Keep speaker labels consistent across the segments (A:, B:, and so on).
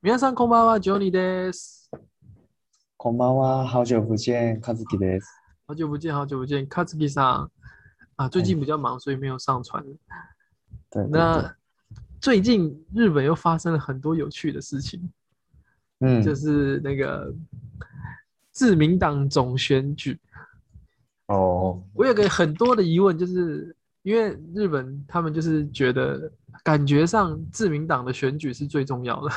A: 皆さんこんばんは、ジョニーです。
B: こんばんは，啊好久不见，卡ズキです。
A: 好久不见，好久不见，Katsuki 上啊，最近比较忙，所以没有上传。
B: 对对对，
A: 那最近日本又发生了很多有趣的事情，
B: 嗯，
A: 就是那个自民党总选举。
B: 哦，
A: 我有个很多的疑问，就是因为日本他们就是觉得感觉上自民党的选举是最重要的。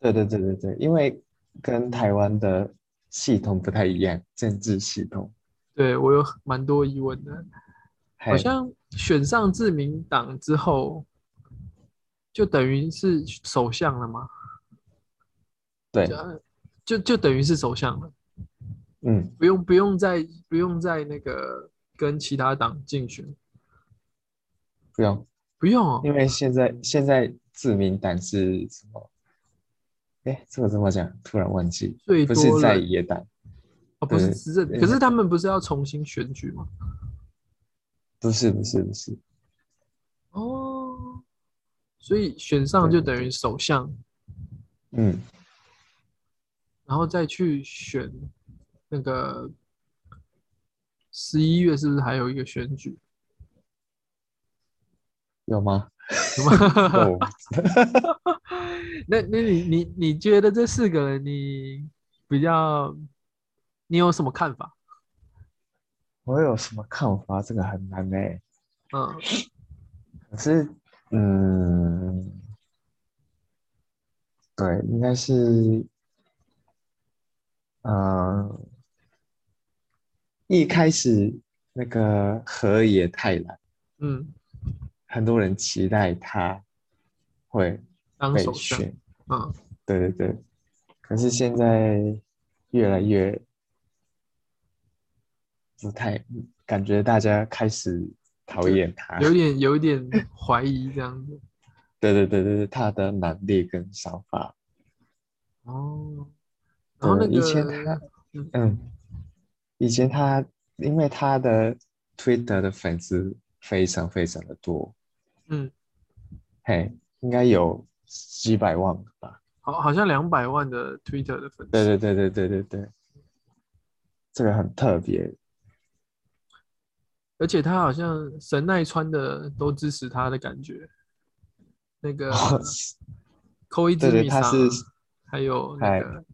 B: 对对对对对，因为跟台湾的系统不太一样，政治系统，
A: 对我有蛮多疑问的，好
B: 嘿
A: 像选上自民党之后，就等于是首相了吗？
B: 对，
A: 就就等于是首相了，
B: 嗯，
A: 不用不用再不用再那个跟其他党竞选，
B: 不用，
A: 不用哦，
B: 因为现在现在自民党是什么？哎，这个怎么讲？突然忘记，
A: 最
B: 不是
A: 多
B: 在
A: 了
B: 野党，
A: 哦不是
B: 对
A: 执政，
B: 对
A: 可是他们不是要重新选举吗？
B: 不是不是不是，
A: 哦，所以选上就等于首相，
B: 嗯，
A: 然后再去选那个十一月是不是还有一个选举？
B: 有 吗？
A: 有吗？
B: 哦，
A: 那那你你你觉得这四个人你比较，你有什么看法？
B: 我有什么看法？这个很难哎。
A: 嗯，
B: 可是，嗯，对，应该是，呃，一开始那个河野太郎，
A: 嗯，
B: 很多人期待他会
A: 当
B: 被
A: 首相，
B: 选，
A: 嗯，
B: 对对对。可是现在越来越不太，感觉大家开始讨厌他。
A: 有一点有一点怀疑这样子。
B: 对对对对对，他的能力跟想法。
A: 哦， 然后那个
B: 对以前他
A: 嗯，
B: 嗯，以前他因为他的 Twitter 的粉丝非常非常的多，
A: 嗯，
B: 嘿，应该有几百万吧？
A: 好，好像两百万的 Twitter 的粉丝，
B: 对对对对对对对，这个很特别。
A: 而且他好像神奈川的都支持他的感觉。那个扣一之
B: 哦对对
A: 米
B: 他
A: 莎
B: 是
A: 还有那
B: 哎
A: 个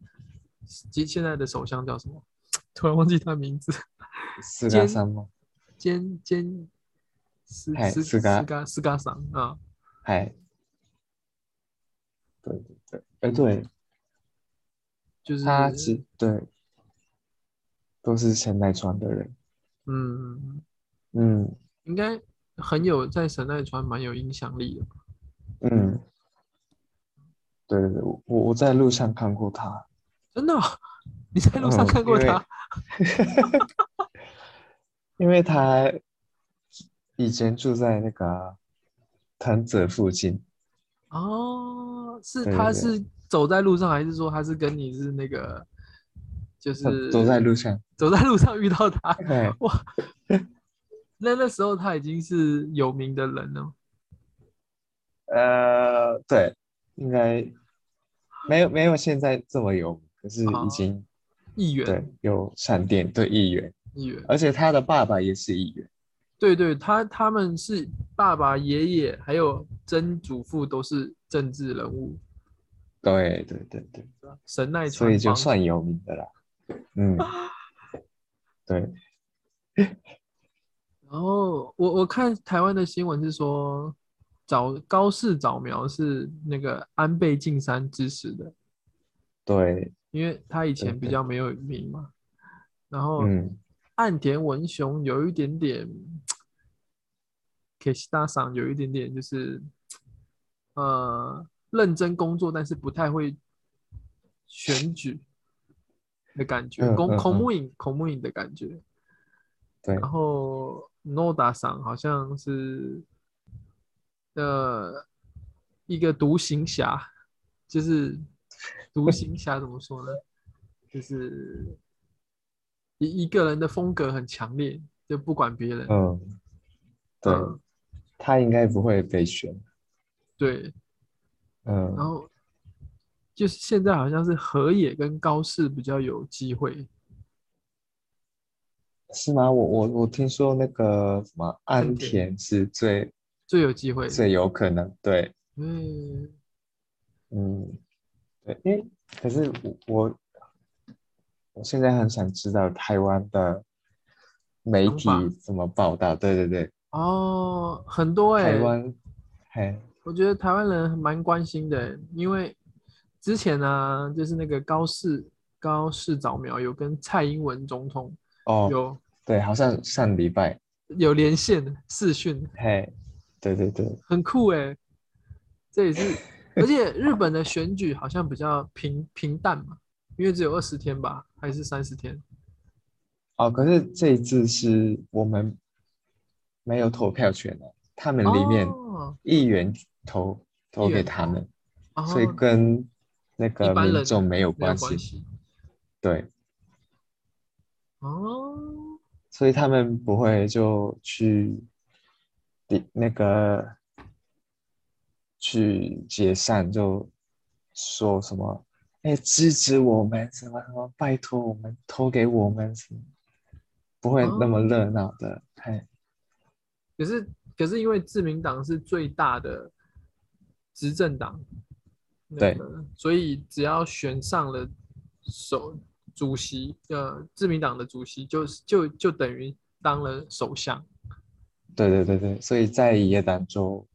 A: 现现在的首相叫什么？ 突然忘记他名字。
B: 四
A: 今
B: 个三吗？
A: 尖尖斯
B: 嗨
A: 斯斯
B: 哎斯嘎
A: 嘎斯嘎桑啊，
B: 嘿，对对对，哎对，
A: 就是
B: 他只对都是神奈川的人，
A: 嗯，
B: 嗯
A: 应该很有在神奈川蛮有影响力的。
B: 嗯，对对对，我我我在路上看过他。
A: 真的哦、 你在路上
B: 嗯
A: 看过
B: 因为
A: 他？
B: 因为他以前住在那个藤泽附近，
A: 哦，是
B: 对对
A: 他
B: 对
A: 是走在路上，还是说他是跟你是那个，就是
B: 他走在路上，
A: 走在路上遇到他？
B: 哎，
A: 那那时候他已经是有名的人了。
B: 呃，对，应该没有没有现在这么有名，可是
A: 哦
B: 已经
A: 议
B: 对
A: 员，
B: 有闪电对议员，
A: 议员，
B: 而且他的爸爸也是议员，
A: 对对，他他们是爸爸、爷爷还有曾祖父都是政治人物，
B: 对对对对，
A: 神奈
B: 所
A: 川
B: 以就
A: 帮
B: 算有名的啦，嗯，对，
A: 然后我我看台湾的新闻是说，早高市早苗是那个安倍晋三支持的，
B: 对，
A: 因为他以前
B: 对
A: 比
B: 对
A: 较没有名嘛。然后
B: 嗯，
A: 岸田文雄有一点点 k i s h i 上有一点点就是呃认真工作，但是不太会选举的感觉，
B: 嗯
A: 孔
B: 嗯
A: 孔
B: 嗯
A: 木影孔木影的感觉。
B: 对，
A: 然后 Noda 桑好像是呃一个独行侠， 就是独行侠怎么说呢？就是一一个人的风格很强烈，就不管别人。
B: 嗯，对，
A: 嗯
B: 他应该不会被选，
A: 对，
B: 嗯
A: 哦然后就是现在好像是河野跟高市比较有机会，
B: 是吗？我我我听说那个什么
A: 安
B: 安
A: 田
B: 田是最
A: 最有机会。
B: 最有可能，对，
A: 嗯，
B: 嗯，对，因为可是我我我现在很想知道台湾的媒体
A: 想
B: 怎么报道，对对对，
A: 哦，很多哎、
B: 台湾，嘿，
A: 我觉得台湾人蛮关心的欸，因为之前呢、就是那个高市高市早苗有跟蔡英文总统
B: 哦，
A: 有
B: 对，好像上礼拜，
A: 有连线视讯，
B: 嘿，对对对，
A: 很酷哎。这也 是，而且日本的选举好像比较平平淡嘛，因为只有二十天吧，还是三十天？
B: 哦，可是这一次是我们没有投票权的，他们里面
A: 哦，
B: 议员投投
A: 议
B: 给
A: 员
B: 他
A: 投
B: 们，
A: 哦
B: 所以跟那个
A: 般
B: 民
A: 人
B: 众没有
A: 没有
B: 关
A: 关
B: 系，
A: 系
B: 对，
A: 哦。
B: 所以他们不会就去抵那个去解散，就说什么哎支持我们什么什么，拜托我们投给我们什么，不会那么
A: 哦
B: 热闹的，哎嘿，
A: 可是可是因为自民党是最大的执政党，那
B: 对
A: 个，所以只要选上了首主席，呃，自民党的主席就是就就等于当了首相。
B: 对对对对，所以在野党就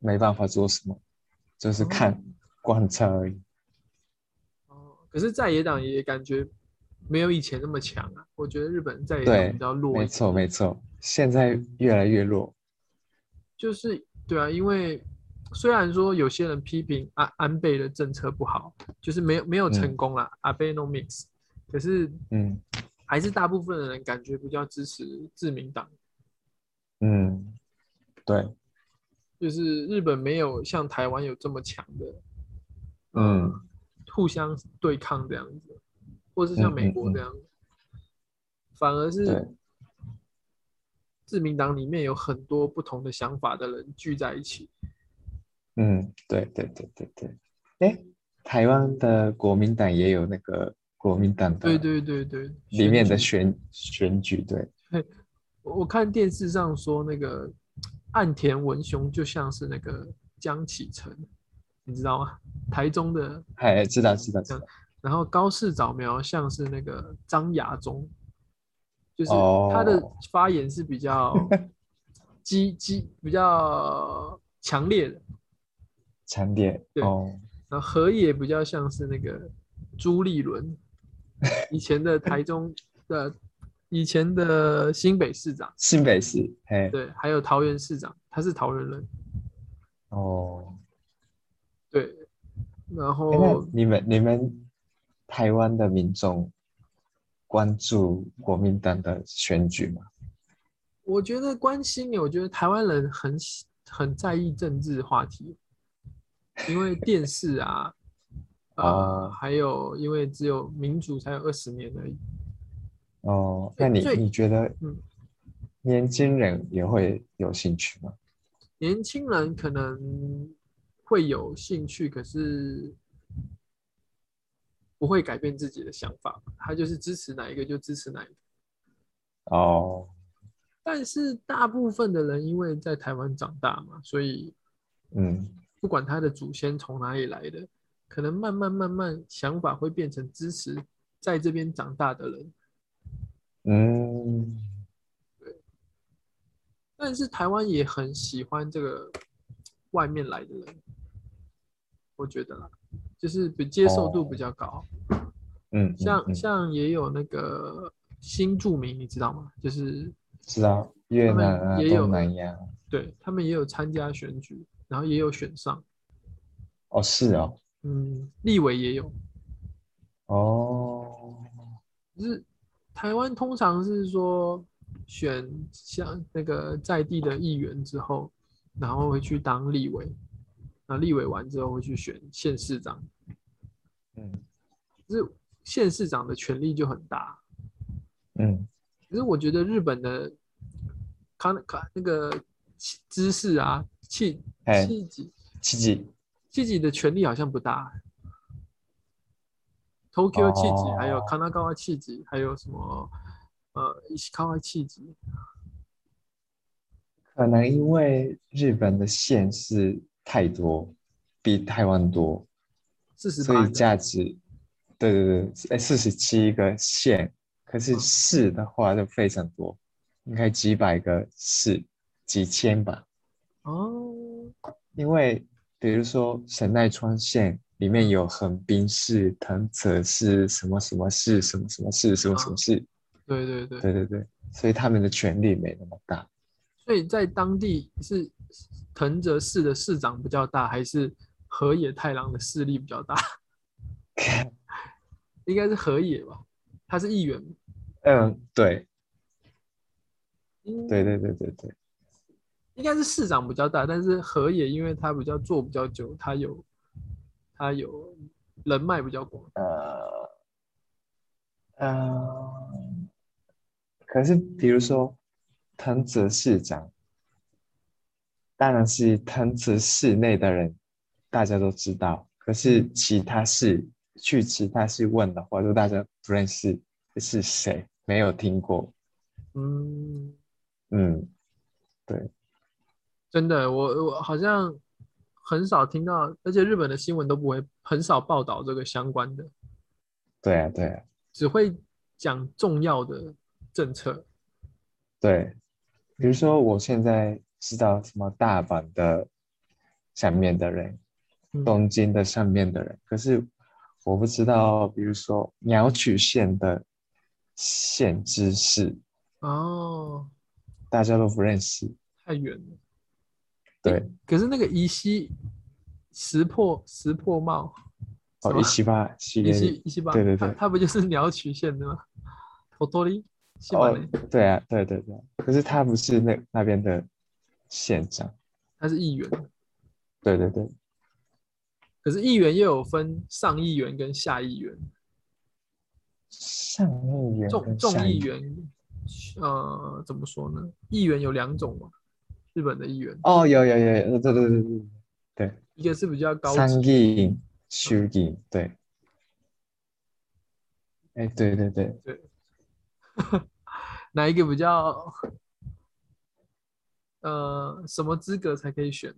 B: 没办法做什么，就是
A: 哦
B: 看观察而已。
A: 哦，可是在野党也感觉没有以前那么强啊，我觉得日本在野
B: 对
A: 党比较弱一
B: 没
A: 点。嗯
B: 错没错，现在越来越弱。
A: 就是对啊，因为虽然说有些人批评安安倍的政策不好，就是没有没有成
B: 嗯
A: 功啦、a b e n o m i c s 可是
B: 嗯
A: 还是大部分的人感觉比较支持自民党，
B: 嗯，对，
A: 就是日本没有像台湾有这么强的，
B: 嗯
A: 呃，互相对抗这样子，或是像美国这样子，反而
B: 嗯对
A: 是自民党里面有很多不同的想法的人聚在一起，
B: 嗯对对对对对。哎，台湾的国民党也有那个国民党
A: 对
B: 的
A: 对对对，
B: 里面的
A: 选举
B: 选选举，对，
A: 我我看电视上说那个岸田文雄就像是那个江启臣，你知道吗？台中的，
B: 哎，知道知道知
A: 嗯
B: 道，
A: 然后高市早苗像是那个张亚中，就是
B: 哦
A: 他的发言是比较 激激比较强烈的，
B: 长点
A: 对
B: 哦，
A: 然后河野比较像是那个朱立伦，以前 的台中的以前的新北市长，
B: 新北市，哎，
A: 对，还有桃园市长，他是桃园人。
B: 哦，
A: 对，然
B: 哎那
A: 后
B: 你们你们台湾的民众关注国民党的选举吗？
A: 我觉得关心耶，我觉得台湾人很喜很在意政治话题，因为电视啊，呃，
B: 哦
A: 还有因为只有民主才有二十年而已，
B: 哦，
A: 对
B: 那你
A: 最
B: 你觉得
A: 嗯
B: 年轻人也会有兴趣吗？
A: 年轻人可能会有兴趣，可是不会改变自己的想法，他就是支持哪一个就支持哪一个。
B: 哦，
A: 但是大部分的人因为在台湾长大嘛，所以
B: 嗯，
A: 不管他的祖先从哪里来的，可能慢慢慢慢想法会变成支持在这边长大的人。
B: 嗯，
A: 但是台湾也很喜欢这个外面来的人，我觉得啦，就是比接受度比较高。
B: 嗯，嗯
A: 像
B: 哦嗯
A: 像也有那个新住民，你知道吗？就是
B: 知道越
A: 他们
B: 南啊，
A: 也有
B: 东南亚，
A: 对他们也有参加选举，然后也有选上，
B: 哦，是哦，
A: 嗯，立委也有，
B: 哦，
A: 就是台湾通常是说选像那个在地的议员之后，然后会去当立委，那立委完之后会去选县市长，
B: 嗯
A: 就是县市长的权力就很大。
B: 嗯，
A: 可是我觉得日本的康康那个气知识啊、气
B: 哎
A: 气质
B: 自己，
A: 积极的权力好像不大。Tokyo 气质，还有
B: 哦
A: Kanagawa 气质，还有什么呃 Ishikawa 气质，
B: 可能因为日本的县市太多，比台湾多，
A: 四十
B: 所
A: 八啊
B: 以价值，对对对，哎，四十七个县，可是
A: 嗯
B: 市的话就非常多，应该几百个市，几千吧。
A: 哦，
B: 因为比如说神奈川县里面有横滨市、藤泽市、什么什么市、什么什么市、什么什么市，
A: 啊对对对，
B: 对对对，所以他们的权力没那么大。
A: 所以在当地是藤泽市的市长比较大，还是河野太郎的势力比较大？ 应该是河野吧，他是议员。
B: 嗯，对
A: 嗯
B: 对对对对对，
A: 应该是市长比较大，但是河野因为他比较做比较久，他有他有人脉比较广，
B: 呃，呃，可是比如说藤泽市长，当然是藤泽市内的人，大家都知道。可是其他市去其他市问的话，就大家不认识是谁，没有听过。
A: 嗯，
B: 嗯，
A: 真的，我我好像很少听到，而且日本的新闻都不会很少报道这个相关的，
B: 对啊，对啊，
A: 只会讲重要的政策。
B: 对。比如说，我现在知道什么大阪的下面的人，
A: 嗯
B: 东京的上面的人，可是我不知道，比如说鸟取县的县知事，
A: 哦，
B: 大家都不认识。
A: 太远了。
B: 对，
A: 可是那个伊西石破石破茂，什
B: 哦，
A: 么
B: 一七八系
A: 伊
B: 列，
A: 西伊西吧，
B: 对对
A: 他
B: 对
A: 他不就是鸟取县的吗？ 托托利西马
B: 哦
A: 内，，
B: 对啊，对对对，可是他不是那那边的县长，
A: 他是议员。
B: 对对对，
A: 可是议员又有分上议员跟下议员，
B: 上议员
A: 众
B: 跟
A: 众
B: 下
A: 议员，呃，怎么说呢？议员有两种嘛，日本的议员，
B: 哦，有有有，有对对对对对，
A: 一个是比较高
B: 参
A: 级，嗯
B: 议院、衆議院，对，哎，对对对，
A: 哪一个比较，呃，什么资格才可以选？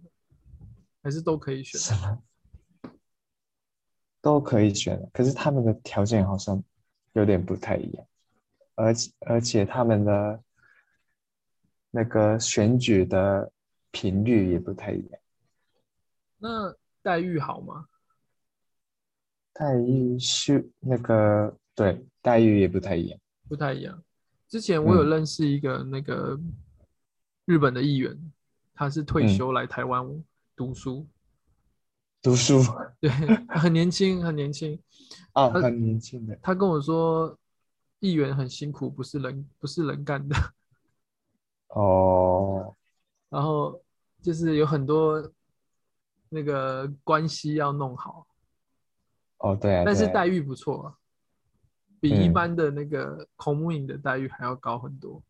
A: 还是都可以选？
B: 什么都可以选，可是他们的条件好像有点不太一样，而且而且他们的那个选举的频率也不太一样。
A: 那待遇好吗？
B: 待遇是那个对待遇也不太一样，
A: 不太一样。之前我有认识一个那个日本的议员，他是退
B: 嗯
A: 休来台湾读书，
B: 读书
A: 对， 很年轻，很年轻。
B: 啊，
A: 呃
B: 很年轻的
A: 他跟我说，议员很辛苦，不是人不是人干的。
B: 哦，
A: 然后就是有很多那个关系要弄好，
B: 哦对啊，
A: 但是
B: 对啊
A: 待遇不错、啊，比一
B: 嗯
A: 般的那个公务员的待遇还要高很多。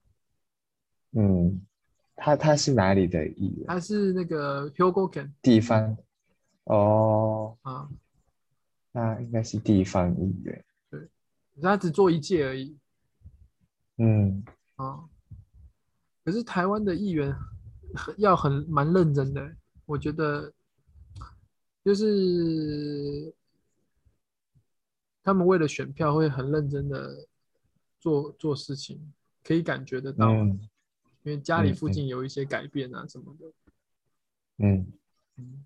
B: 嗯，他他是哪里的议员？
A: 他是那个 Hugo Ken
B: 地方哦，
A: 啊，
B: 那应该是地方议员，
A: 他只做一届而已
B: 嗯。
A: 啊。可是台湾的议员很要很蛮认真的，我觉得就是他们为了选票会很认真的做做事情，可以感觉得到啊。
B: 嗯
A: 因为家里
B: 嗯
A: 附
B: 嗯
A: 近有一些改变啊什么的，
B: 嗯，
A: 嗯，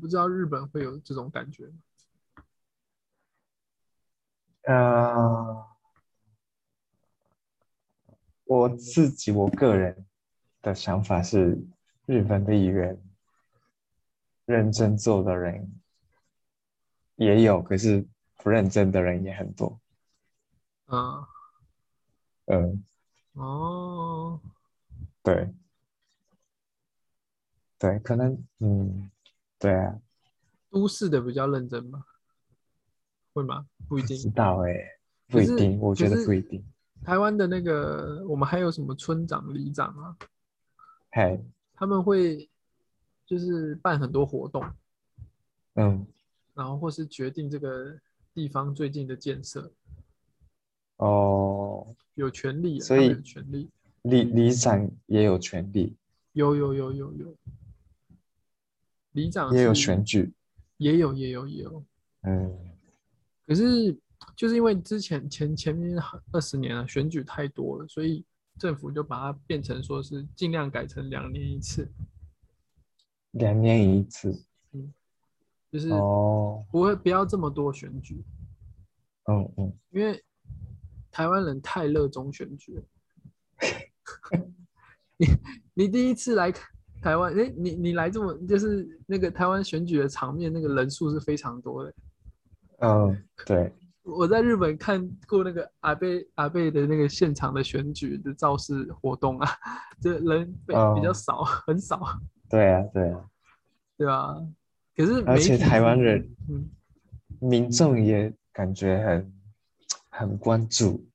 A: 不知道日本会有这种感觉吗？
B: 呃，我自己我个人的想法是，日本的议员认真做的人也有，可是不认真的人也很多。
A: 嗯，
B: 嗯，
A: 哦，
B: 对，对，可能，嗯，对啊，
A: 都市的比较认真吗？会吗？不一
B: 不知
A: 定。
B: 道哎，不
A: 可
B: 一
A: 是
B: 定，我觉
A: 可
B: 得
A: 是
B: 不一定。
A: 台湾的那个，我们还有什么村长、里长啊，
B: 嘿，
A: 他们会就是办很多活动，
B: 嗯，
A: 然后或是决定这个地方最近的建设，
B: 哦，
A: 有权利、啊，
B: 所
A: 他们
B: 以
A: 有权利，
B: 里里长也有权利，
A: 有有有有有，里长
B: 也有
A: 是
B: 选举，
A: 也有也有也有，
B: 嗯
A: 可是就是因为之前前前面二十年啊选举太多了，所以政府就把它变成说是尽量改成两年一次，
B: 两年一次，
A: 就是
B: 哦，
A: 不会不要这么多选举，
B: 嗯嗯，
A: 因为台湾人太热衷选举了。 你你第一次来台湾，哎、你你来这么就是那个台湾选举的场面，那个人数是非常多的。
B: 嗯，对，
A: 我在日本看过那个阿贝阿贝的那个现场的选举的造势活动啊，这人比
B: 哦
A: 比较少，很少，
B: 对啊，对啊，
A: 对吧？可是
B: 而且
A: 媒体是
B: 台湾人，
A: 嗯，
B: 民众也感觉很很关注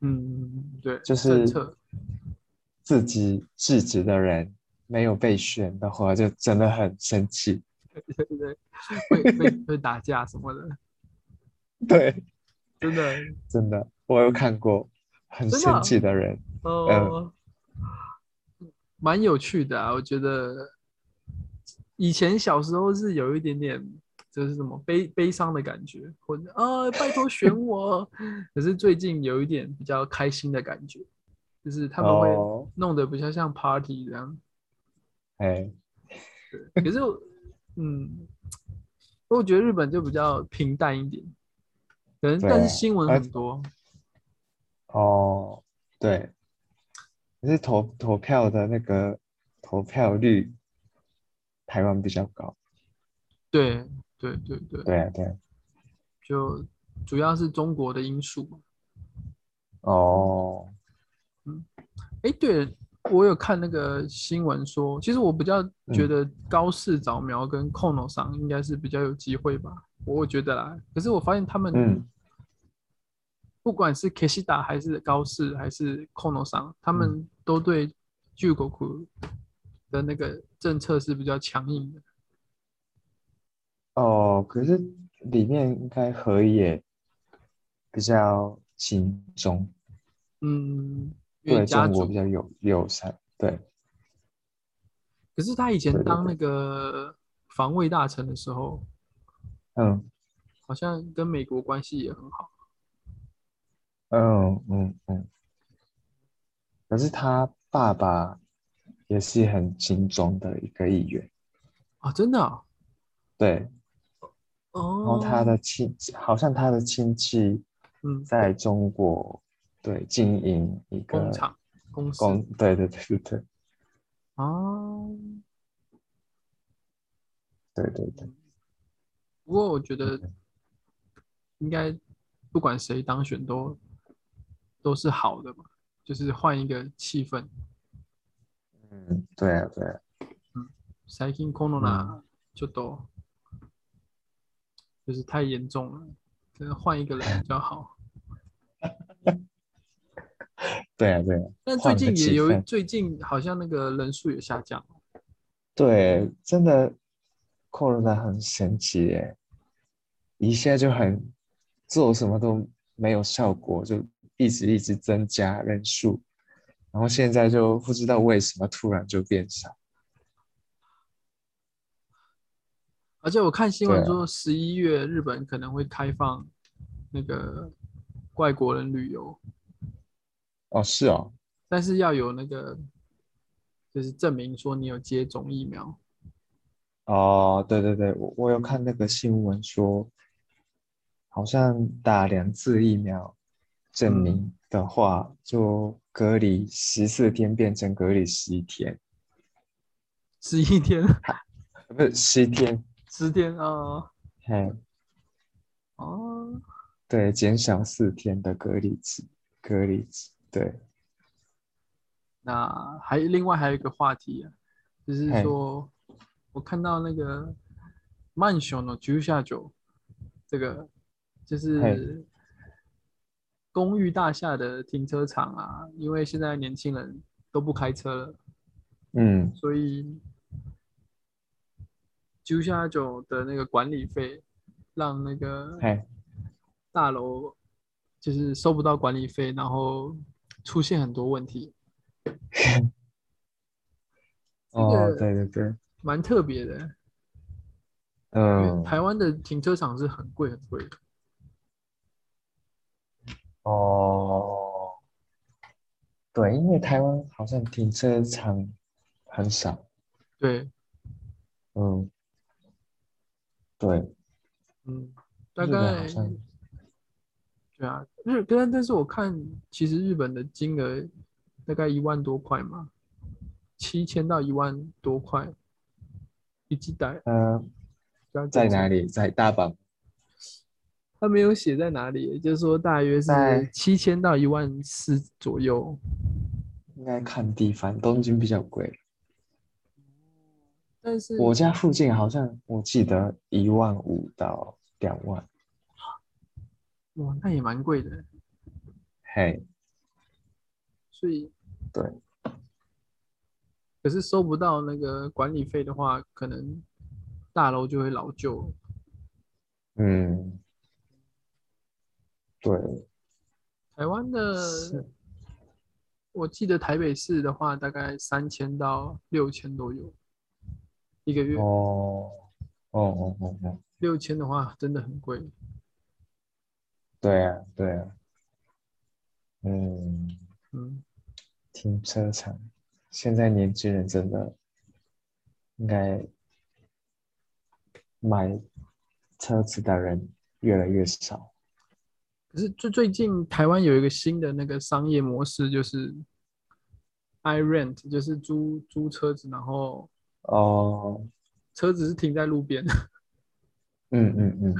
A: 嗯，对，
B: 就是
A: 政策，
B: 自己自己的人没有被选的话，就真的很生气，
A: 对对对，会会会打架什么的，
B: 对，
A: 真的，
B: 真的，我有看过很
A: 真的啊
B: 生气的人，
A: 哦，蛮有趣的啊，我觉得以前小时候是有一点点就是什么悲悲伤的感觉，或者啊拜托选我，可是最近有一点比较开心的感觉，就是他们会
B: 哦
A: 弄得比较像 party 这样。
B: 哎，
A: 可是我，嗯，我觉得日本就比较平淡一点，可能
B: 对
A: 但
B: 啊
A: 是新闻
B: 而
A: 很多，
B: 哦，对，可是投投票的那个投票率，台湾比较高。
A: 对对对对，
B: 对啊，对啊，
A: 就主要是中国的因素嘛。
B: 哦，
A: 哎，对了，我有看那个新闻说，其实我比较
B: 嗯
A: 觉得高市早苗跟控农上应该是比较有机会吧，我觉得啦。可是我发现他们
B: 嗯，
A: 不管是 Kishida 还是高市还是控农上，
B: 嗯
A: 他们都对巨国库的那个政策是比较强硬的。
B: 哦，可是里面应该河野比较轻松，
A: 嗯，因为
B: 对
A: 家
B: 中
A: 族
B: 国比较友友善。对，
A: 可是他以前
B: 对对
A: 当
B: 对
A: 那个防卫大臣的时候，
B: 嗯
A: 好像跟美国关系也很好。
B: 嗯嗯嗯。可是他爸爸也是很轻松的一个议员，
A: 啊，真的啊
B: 对。
A: 哦。
B: 然后他的亲，好像他的亲戚
A: 嗯，
B: 在中国对经营一个
A: 工厂、公司
B: 公，对对对对对
A: 哦。
B: 对对对，
A: 不过我觉得应该不管谁当选都都是好的吧，就是换一个气氛。
B: 嗯，对啊对啊，
A: 最近コロ
B: 嗯
A: ナ就都就是太严重了，可能换一个人比较 好。
B: 对啊对啊，
A: 但最
B: 换个
A: 近也
B: 气
A: 有
B: 氛
A: 最近好像那个人数也下降了，
B: 对，真的，corona 很神奇耶，一下就很做什么都没有效果，就一直一直增加人数，然后现在就不知道为什么突然就变少，
A: 而且我看新闻
B: 对啊
A: 说十一月日本可能会开放那个外国人旅游。
B: 哦是哦，
A: 但是要有那个，就是证明说你有接种疫苗。
B: 哦，对对对，我我有看那个新闻说，好像打两次疫苗证
A: 嗯
B: 明的话，就隔离十四天变成隔离十一天，
A: 十一天，
B: 呃不是十天，
A: 十天啊，
B: 嘿，
A: 哦，
B: 对，减少四天的隔离期，隔离期，对，
A: 那还另外还有一个话题啊，就是
B: 嘿
A: 说我看到那个曼雄的居下酒，这个就是
B: 嘿
A: 公寓大厦的停车场啊，因为现在年轻人都不开车了，
B: 嗯，
A: 所以九下九的那个管理费，让那个
B: 嘿，
A: 大楼就是收不到管理费，然后出现很多问题，
B: 哦
A: 这，个
B: 对对对，
A: 蛮特别的。因为
B: 嗯，
A: 台湾的停车场是很贵很贵的，
B: 哦，对，因为台湾好像停车场很少，
A: 对，
B: 嗯，对，
A: 嗯，大
B: 日本好
A: 概
B: 像
A: 对啊，日但但是我看其实日本的金额大概一万多块嘛，七千到一万多块一季贷，
B: 呃，
A: 加
B: 在
A: 国际
B: 哪里？在大阪，
A: 他没有写在哪里，就是说大约是
B: 在
A: 七千到一万四左右。
B: 应该看地方，东京比较贵。
A: 但是
B: 我家附近好像我记得一万五到两万，
A: 哇，那也蛮贵的，
B: 嘿，
A: 所以
B: 对，
A: 可是收不到那个管理费的话，可能大楼就会老旧。
B: 嗯，对，
A: 台湾的，
B: 是，
A: 我记得台北市的话，大概三千到六千都有一个月，
B: 哦，哦哦哦哦，
A: 六千的话真的很贵。
B: 对啊，对啊，嗯。
A: 嗯，
B: 停车场，现在年轻人真的应该买车子的人越来越少。
A: 可是最最近台湾有一个新的那个商业模式，就是 i rent，就是租租车子，然后
B: 哦，
A: 车子是停在路边，
B: 嗯嗯嗯，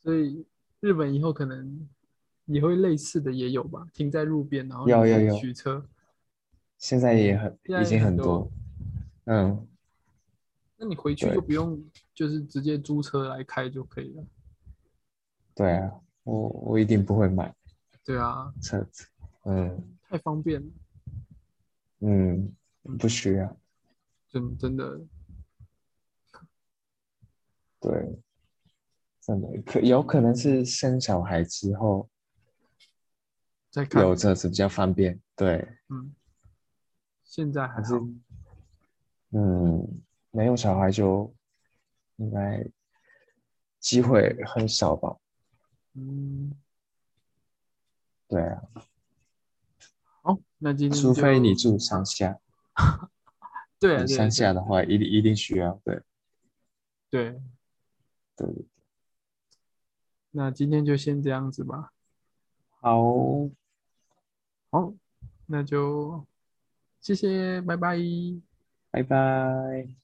A: 所以日本以后可能也会类似的也有吧，停在路边，然后
B: 有
A: 你
B: 有
A: 可以
B: 有
A: 取车。
B: 现在也很，
A: 现在
B: 已经
A: 也
B: 很
A: 很多。
B: 嗯，
A: 那你回去
B: 对
A: 就不用，就是直接租车来开就可以了。
B: 对啊，我我一定不会买
A: 对啊，
B: 车子。嗯
A: 太方便了，
B: 嗯，不需要。
A: 真真的。
B: 对，真的可有可能是生小孩之后
A: 再看，
B: 有车子比较方便。对。
A: 嗯，现在还
B: 还是
A: 好，，
B: 嗯，没有小孩就应该机会很少吧？
A: 嗯，
B: 对啊，
A: 好，那今天
B: 除非你
A: 嗯就
B: 住乡下，
A: 对啊对
B: 你乡
A: 对
B: 下的话一定一定需要。对
A: 对，
B: 对，
A: 那今天就先这样子吧。
B: 好，
A: 好，那就谢谢，拜拜。
B: 拜拜。